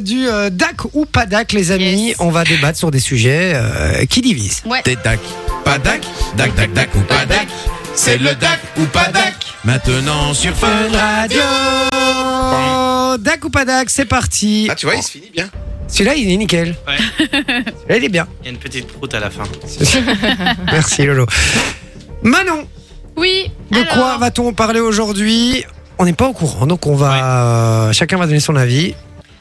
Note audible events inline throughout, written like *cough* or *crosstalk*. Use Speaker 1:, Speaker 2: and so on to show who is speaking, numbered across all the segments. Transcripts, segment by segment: Speaker 1: du euh, DAC ou pas DAC, les amis.
Speaker 2: Yes.
Speaker 1: On va débattre sur des sujets euh, qui divisent.
Speaker 2: Ouais.
Speaker 3: T'es dac, pas dac, dac dac dac ou pas dac, c'est le dac ou pas dac. Maintenant sur Fun Radio.
Speaker 1: Oh, DAC ou pas DAC, c'est parti.
Speaker 3: Ah tu vois, il se finit bien.
Speaker 1: Celui-là, il est nickel.
Speaker 4: Ouais.
Speaker 1: *laughs* Celui-là, il est bien.
Speaker 4: Il y a une petite proute à la fin.
Speaker 1: Merci, Lolo. Manon,
Speaker 2: Oui.
Speaker 1: de
Speaker 2: alors,
Speaker 1: quoi va-t-on parler aujourd'hui On n'est pas au courant, donc on va. euh, Chacun va donner son avis.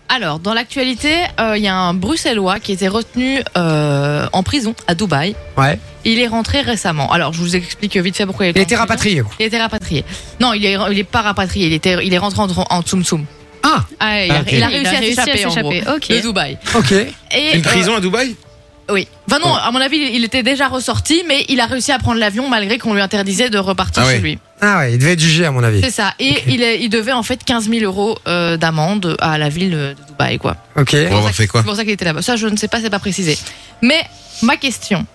Speaker 2: Alors, dans l'actualité, euh, il y a un Bruxellois qui était retenu euh, en prison à Dubaï.
Speaker 1: Ouais.
Speaker 2: Il est rentré récemment. Alors, je vous explique vite fait pourquoi il était.
Speaker 1: Il a été
Speaker 2: en prison.
Speaker 1: rapatrié. quoi.
Speaker 2: Il était rapatrié. Non, il est, il est pas rapatrié. Il était, il est rentré en, en Tsum Tsum.
Speaker 1: Ah,
Speaker 2: Ah, il, a,
Speaker 4: Ah, ok.
Speaker 2: il a
Speaker 5: Il a
Speaker 2: réussi à s'échapper en gros.
Speaker 5: Ok.
Speaker 2: De Dubaï.
Speaker 1: ok.
Speaker 2: Et,
Speaker 3: Une
Speaker 2: euh,
Speaker 3: prison à Dubaï
Speaker 2: Oui. Enfin non, à mon avis, il il était déjà ressorti, mais il a réussi à prendre l'avion malgré qu'on lui interdisait de repartir
Speaker 3: Ah
Speaker 2: chez
Speaker 3: ouais.
Speaker 2: lui.
Speaker 1: Ah ouais, il devait être jugé, à mon avis.
Speaker 2: C'est ça. Et il, est- il devait en fait 15 000 euros euh, d'amende à la ville de Dubaï, quoi.
Speaker 1: Ok.
Speaker 3: Pour avoir fait quoi
Speaker 2: C'est pour ça qu'il était là-bas. Ça, je ne sais pas, c'est pas précisé. Mais ma question,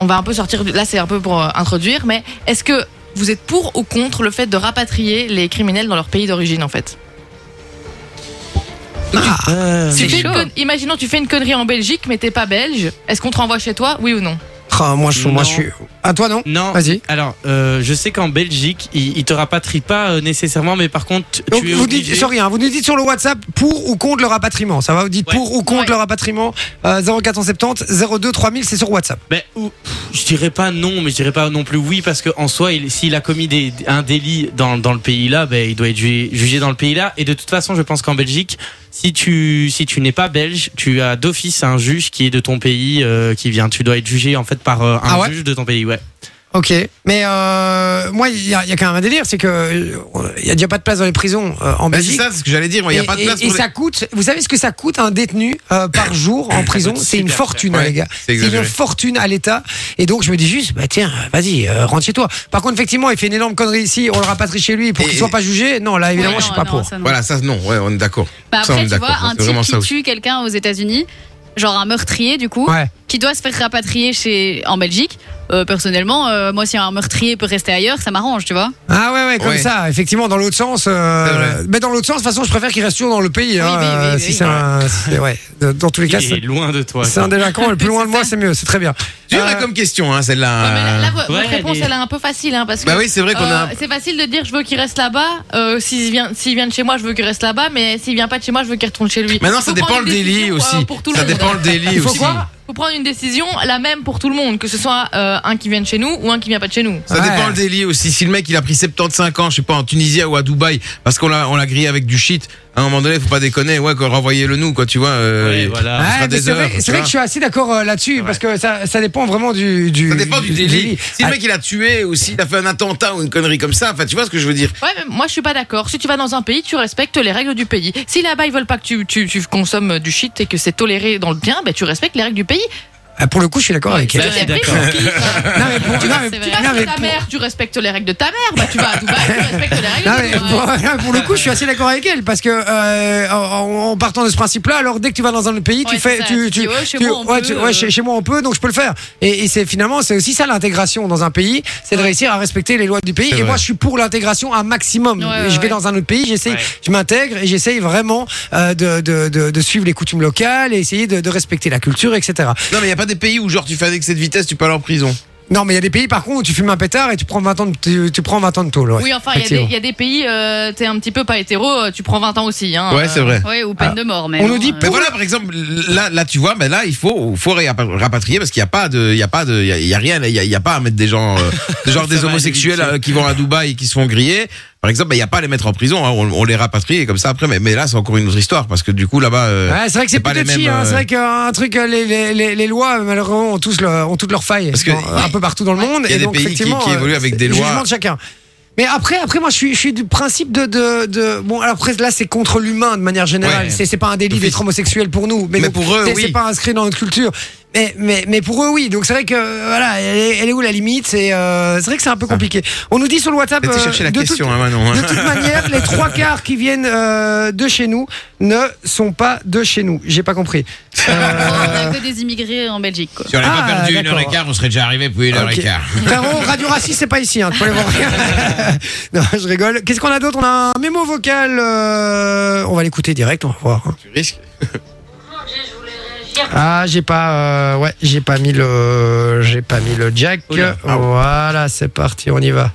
Speaker 2: on va un peu sortir. du- Là, c'est un peu pour euh, introduire, mais est-ce que vous êtes pour ou contre le fait de rapatrier les criminels dans leur pays d'origine, en fait
Speaker 1: Ah,
Speaker 2: Tu
Speaker 5: C'est
Speaker 2: fais une
Speaker 5: chaud.
Speaker 2: con- Imaginons, tu fais une connerie en Belgique, mais t'es pas belge. Est-ce qu'on te renvoie chez toi Oui ou non
Speaker 1: Ah, moi, je, moi, je suis. À toi, non
Speaker 4: Non.
Speaker 1: Vas-y.
Speaker 4: Alors, euh, je sais qu'en Belgique, ils, ils te rapatrient pas euh, nécessairement, mais par contre, tu
Speaker 1: Donc,
Speaker 4: es
Speaker 1: vous
Speaker 4: obligé-
Speaker 1: dites, sans rien, vous nous dites sur le WhatsApp pour ou contre le rapatriement. Ça va, vous dites
Speaker 4: Ouais.
Speaker 1: pour ou contre
Speaker 2: Ouais.
Speaker 1: le rapatriement. euh, 0470 02 3000, c'est sur WhatsApp.
Speaker 4: Ben, ou- pff, je dirais pas non, mais je dirais pas non plus oui, parce que en soi, il- s'il a commis des, un délit dans, dans le pays-là, ben, il doit être ju- jugé dans le pays-là. Et de toute façon, je pense qu'en Belgique, si tu, si tu n'es pas belge, tu as d'office un juge qui est de ton pays, euh, qui vient. Tu dois être jugé, en fait, par euh, un
Speaker 1: Ah ouais
Speaker 4: juge de ton pays, ouais.
Speaker 1: Ok, mais euh, moi, il y, a il y a quand même un délire, c'est que euh, il y a déjà pas de place dans les prisons euh, en
Speaker 3: Bah, C'est
Speaker 1: Belgique.
Speaker 3: ça, c'est ce que j'allais dire. moi, Il n'y a
Speaker 1: Et-
Speaker 3: pas de
Speaker 1: et-
Speaker 3: place
Speaker 1: et
Speaker 3: pour les-
Speaker 1: ça coûte, vous savez ce que ça coûte un détenu euh,
Speaker 3: *coughs*
Speaker 1: par jour en prison
Speaker 4: coûte
Speaker 1: C'est une
Speaker 4: super
Speaker 1: fortune,
Speaker 3: cher.
Speaker 1: hein, les gars.
Speaker 3: C'est
Speaker 1: C'est une
Speaker 3: exagéré.
Speaker 1: fortune à l'État. Et donc, je me dis juste, bah tiens, vas-y, euh, rentre chez toi. Par contre, effectivement, il fait une énorme connerie ici, on le rapatrie chez lui pour qu'il
Speaker 3: Et-
Speaker 1: soit pas jugé. Non, là, évidemment,
Speaker 5: Ouais,
Speaker 1: je suis
Speaker 5: non,
Speaker 1: pas
Speaker 5: non,
Speaker 1: pour.
Speaker 5: ça, non.
Speaker 3: Voilà, ça non, ouais, on est d'accord.
Speaker 5: Bah
Speaker 3: Ça, on est
Speaker 5: après, tu
Speaker 3: d'accord,
Speaker 5: vois,
Speaker 3: c'est
Speaker 5: un type
Speaker 3: vraiment ça
Speaker 5: qui
Speaker 3: aussi.
Speaker 5: tue quelqu'un aux États-Unis, genre un meurtrier du coup,
Speaker 1: Ouais.
Speaker 5: qui doit se faire rapatrier chez en Belgique. euh, personnellement, euh, moi, si un meurtrier peut rester ailleurs, ça m'arrange, tu vois.
Speaker 1: Ah ouais, ouais, comme
Speaker 3: Ouais.
Speaker 1: ça, effectivement, dans l'autre sens. euh,
Speaker 3: C'est vrai.
Speaker 1: mais dans l'autre sens, de toute façon, je préfère qu'il reste toujours dans le pays.
Speaker 5: Oui,
Speaker 1: hein,
Speaker 5: oui, oui,
Speaker 1: euh,
Speaker 5: oui,
Speaker 1: si
Speaker 5: oui.
Speaker 1: c'est un- si- ouais, de- dans tous les
Speaker 4: Il
Speaker 1: cas, c'est
Speaker 4: est loin de toi.
Speaker 1: c'est un
Speaker 3: hein.
Speaker 4: quoi.
Speaker 1: délinquant, le plus loin de moi, c'est mieux, c'est très bien.
Speaker 3: Dur là
Speaker 1: Euh,
Speaker 3: comme question, hein,
Speaker 2: Ouais, mais là,
Speaker 3: celle-là.
Speaker 2: là, vo-
Speaker 4: ouais,
Speaker 2: votre réponse,
Speaker 4: mais-
Speaker 2: elle est un peu facile, hein, parce que.
Speaker 3: Bah oui, c'est vrai qu'on a.
Speaker 2: euh, C'est facile de dire je veux qu'il reste là-bas. Euh, s'il vient, s'il vient de chez moi, je veux qu'il reste là-bas. Mais s'il vient pas de chez moi, je veux qu'il retourne chez lui.
Speaker 3: Maintenant,
Speaker 2: Faut
Speaker 3: ça dépend
Speaker 2: prendre
Speaker 3: le
Speaker 2: une
Speaker 3: délit
Speaker 2: décision,
Speaker 3: aussi.
Speaker 2: euh, Pour tout le
Speaker 3: Ça
Speaker 2: monde.
Speaker 3: dépend le délit
Speaker 1: Il faut
Speaker 3: aussi.
Speaker 1: quoi
Speaker 2: Faut prendre une décision la même pour tout le monde, que ce soit euh, un qui vient de chez nous ou un qui vient pas de chez nous.
Speaker 3: Ça
Speaker 1: Ouais.
Speaker 3: dépend le délit aussi. Si le mec il a pris 75 ans, je sais pas, en Tunisie ou à Dubaï, parce qu'on l'a, on l'a grillé avec du shit, à un moment donné, faut pas déconner, ouais, quoi, renvoyez-le nous, quoi, tu vois. euh,
Speaker 4: Ouais,
Speaker 3: et-
Speaker 4: voilà.
Speaker 3: on
Speaker 1: Ouais,
Speaker 3: fera
Speaker 1: mais
Speaker 3: des
Speaker 1: c'est vrai,
Speaker 3: heures, tu
Speaker 1: c'est vrai
Speaker 3: vois.
Speaker 1: que je suis assez d'accord euh, là-dessus parce que ça, ça dépend vraiment du, du-
Speaker 3: Ça dépend du délit. Si
Speaker 1: Ah,
Speaker 3: le mec il a tué ou s'il a fait un attentat ou une connerie comme ça, enfin, tu vois ce que je veux dire.
Speaker 2: Ouais, mais moi je suis pas d'accord. Si tu vas dans un pays, tu respectes les règles du pays. Si là-bas ils veulent pas que tu, tu, tu consommes du shit et que c'est toléré dans le bien, ben tu respectes les règles du pays.
Speaker 1: ah, pour le coup, je suis d'accord avec
Speaker 4: Là,
Speaker 3: Ben,
Speaker 1: elle.
Speaker 2: Tu
Speaker 4: je suis
Speaker 2: t'es pris
Speaker 4: d'accord.
Speaker 2: pour
Speaker 3: *laughs*
Speaker 2: qui, ça
Speaker 1: Non, mais pour- non, mais-
Speaker 5: c'est vrai.
Speaker 2: Tu vas
Speaker 1: non, mais
Speaker 2: chez ta
Speaker 1: pour-
Speaker 2: mère, tu respectes les règles de ta mère. Bah tu vas à Dubaï, tu respectes les règles
Speaker 1: non,
Speaker 2: de
Speaker 1: mais *laughs*
Speaker 2: ta mère.
Speaker 1: pour, non, mais pour le coup, je suis assez d'accord avec elle parce que euh, en, en partant de ce principe-là, alors dès que tu vas dans un autre pays, tu
Speaker 5: Ouais,
Speaker 1: fais,
Speaker 5: c'est ça,
Speaker 1: tu,
Speaker 5: tu
Speaker 1: tu-
Speaker 5: dis, ouais, chez
Speaker 1: tu-
Speaker 5: moi, on
Speaker 1: ouais,
Speaker 5: peut,
Speaker 1: tu- ouais,
Speaker 5: euh.
Speaker 1: chez, chez moi on peut, donc je peux le faire. Et, et c'est finalement, c'est aussi ça l'intégration dans un pays, c'est de réussir à respecter les lois du pays.
Speaker 3: C'est
Speaker 1: Et
Speaker 3: vrai.
Speaker 1: moi, je suis pour l'intégration un maximum.
Speaker 5: Ouais, ouais,
Speaker 1: je vais
Speaker 5: ouais.
Speaker 1: dans un autre pays, j'essaye,
Speaker 4: Ouais.
Speaker 1: je m'intègre et j'essaye vraiment euh, de, de, de, de suivre les coutumes locales et essayer de, de respecter la culture, etc.
Speaker 3: Non, mais il y a pas des pays où, genre, tu fais avec cette vitesse, tu peux aller en prison.
Speaker 1: Non, mais il y a des pays par contre où tu fumes un pétard et tu prends 20 ans de, tu, tu prends 20 ans de tôle. ouais.
Speaker 2: Oui, enfin, il y a des- il y, a des pays, euh, t'es un petit peu pas hétéro, euh, tu prends 20 ans aussi. Hein,
Speaker 3: Ouais, c'est vrai.
Speaker 5: Ouais, ou peine de mort, même.
Speaker 1: on nous dit
Speaker 5: hein.
Speaker 3: Mais voilà, par exemple, là, là, tu vois, mais là, il faut, faut ré- rapatrier parce qu'il n'y a pas de, il y a pas de, il y a- il y, a rien, il y a, il y a pas à mettre des
Speaker 1: *laughs*
Speaker 3: gens, euh, des genre
Speaker 4: Ça
Speaker 3: des
Speaker 4: va,
Speaker 3: homosexuels
Speaker 4: les victimes.
Speaker 3: euh, qui vont à Dubaï et qui se font griller. Par exemple, ben, il n'y a pas à les mettre en prison, hein, on, on les rapatrie et comme ça après. Mais, mais là, c'est encore une autre histoire parce que du coup, là-bas, euh,
Speaker 1: Ouais, c'est vrai que c'est
Speaker 3: pas
Speaker 1: plus
Speaker 3: les
Speaker 1: touchy,
Speaker 3: mêmes,
Speaker 1: hein.
Speaker 3: euh,
Speaker 1: c'est vrai qu'un truc, euh, les, les, les, les lois, malheureusement, ont, tous leur- ont toutes leurs failles.
Speaker 3: Parce que-
Speaker 1: dans- un peu partout dans le monde.
Speaker 3: Il y a
Speaker 1: et
Speaker 3: des
Speaker 1: donc,
Speaker 3: pays qui-
Speaker 1: effectivement,
Speaker 3: qui
Speaker 1: euh,
Speaker 3: évoluent avec
Speaker 1: c'est
Speaker 3: des
Speaker 1: le
Speaker 3: lois.
Speaker 1: jugement de chacun. Mais après, après moi, je suis, je suis du principe de, de, de- Bon, alors après, là, c'est contre l'humain de manière générale.
Speaker 3: Ouais.
Speaker 1: C'est c'est pas un délit
Speaker 3: Le
Speaker 1: d'être
Speaker 3: fils.
Speaker 1: homosexuel pour nous. Mais,
Speaker 3: Mais
Speaker 1: donc,
Speaker 3: pour eux,
Speaker 1: c'est
Speaker 3: oui.
Speaker 1: c'est pas inscrit dans notre culture. mais, mais, mais pour eux, oui. Donc c'est vrai que euh, voilà, elle est, elle est où la limite C'est euh, c'est vrai que c'est un peu compliqué. On nous dit sur le WhatsApp.
Speaker 3: T'as été
Speaker 1: euh,
Speaker 3: Ah. chercher la
Speaker 1: de toute-
Speaker 3: question, hein, Manon.
Speaker 1: de
Speaker 3: hein.
Speaker 1: toute manière, les trois quarts qui viennent euh, de chez nous ne sont pas de chez nous. J'ai pas compris. Euh,
Speaker 5: On a que des immigrés en Belgique, quoi.
Speaker 3: Si on n'avait
Speaker 1: Ah,
Speaker 3: pas perdu une
Speaker 1: d'accord.
Speaker 3: heure et quart, on serait déjà arrivé pour une heure
Speaker 1: Ok.
Speaker 3: et quart.
Speaker 1: Frérot, Radio Raciste, c'est pas ici. Hein, tu peux aller voir. non, je rigole. Qu'est-ce qu'on a d'autre On a un mémo vocal. euh, on va l'écouter direct, on va voir. hein.
Speaker 3: Tu risques
Speaker 1: Ah, j'ai pas, euh, ouais, j'ai pas mis le, j'ai pas mis le jack.
Speaker 4: Oula.
Speaker 1: Voilà, c'est parti, on y va.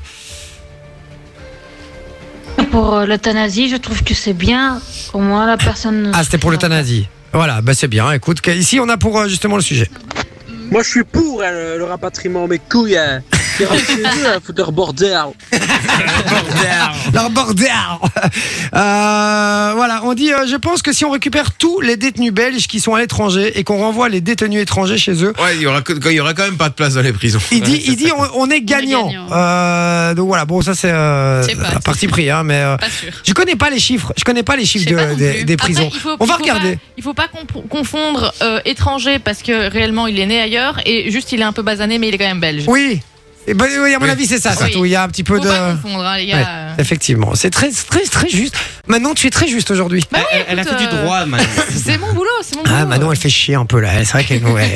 Speaker 6: Pour euh, l'euthanasie, je trouve que c'est bien. Au moins, la personne.
Speaker 1: Ah, c'était pour l'euthanasie. Voilà, bah c'est bien. Écoute, que- ici on a pour euh, justement le sujet.
Speaker 7: Moi, je suis pour hein, le, le rapatriement, mes couilles. Hein. C'est un hein, fouteur bordel.
Speaker 1: Leur bordel. Euh, voilà, on dit, euh, je pense que si on récupère tous les détenus belges qui sont à l'étranger et qu'on renvoie les détenus étrangers chez eux.
Speaker 3: Ouais, il y aura, que- il y aura quand même pas de place dans les prisons.
Speaker 1: Il dit, il dit, on, on est gagnant.
Speaker 5: gagnant.
Speaker 1: Euh, donc voilà, bon, ça c'est euh,
Speaker 2: Je sais pas.
Speaker 1: à parti pris, hein, mais euh,
Speaker 2: Pas sûr.
Speaker 1: je connais pas les chiffres. Je connais pas les
Speaker 2: Je
Speaker 1: chiffres
Speaker 2: sais pas
Speaker 1: de-
Speaker 2: non
Speaker 1: des,
Speaker 2: plus.
Speaker 1: des
Speaker 2: Après,
Speaker 1: prisons.
Speaker 2: il faut-
Speaker 1: on va
Speaker 2: il faut pas-
Speaker 1: regarder.
Speaker 2: il faut pas comp- confondre euh, étranger parce que réellement il est né ailleurs et juste il est un peu basané mais il est quand même belge.
Speaker 1: Oui. Eh ben, oui, à mon
Speaker 3: Oui.
Speaker 1: avis, c'est ça,
Speaker 2: Oui.
Speaker 1: surtout. Il y a un petit peu
Speaker 2: Faut
Speaker 1: de.
Speaker 2: pas confondre hein, les gars.
Speaker 1: Ouais.
Speaker 2: Euh,
Speaker 1: Effectivement. C'est très, très, très juste. Manon, tu es très juste aujourd'hui.
Speaker 2: Bah oui,
Speaker 4: Elle, elle a
Speaker 2: écoute,
Speaker 4: fait du
Speaker 2: euh,
Speaker 4: droit, Manon.
Speaker 2: C'est mon boulot, c'est mon boulot.
Speaker 1: Ah, Manon, elle fait chier un peu là. C'est vrai qu'elle nous, elle,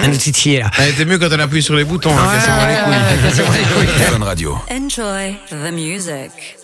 Speaker 1: elle nous titillait là.
Speaker 3: Elle était mieux quand elle appuie sur les boutons. hein,
Speaker 1: Ouais,
Speaker 3: qu'elle s'en bat les couilles.
Speaker 8: Enjoy the music.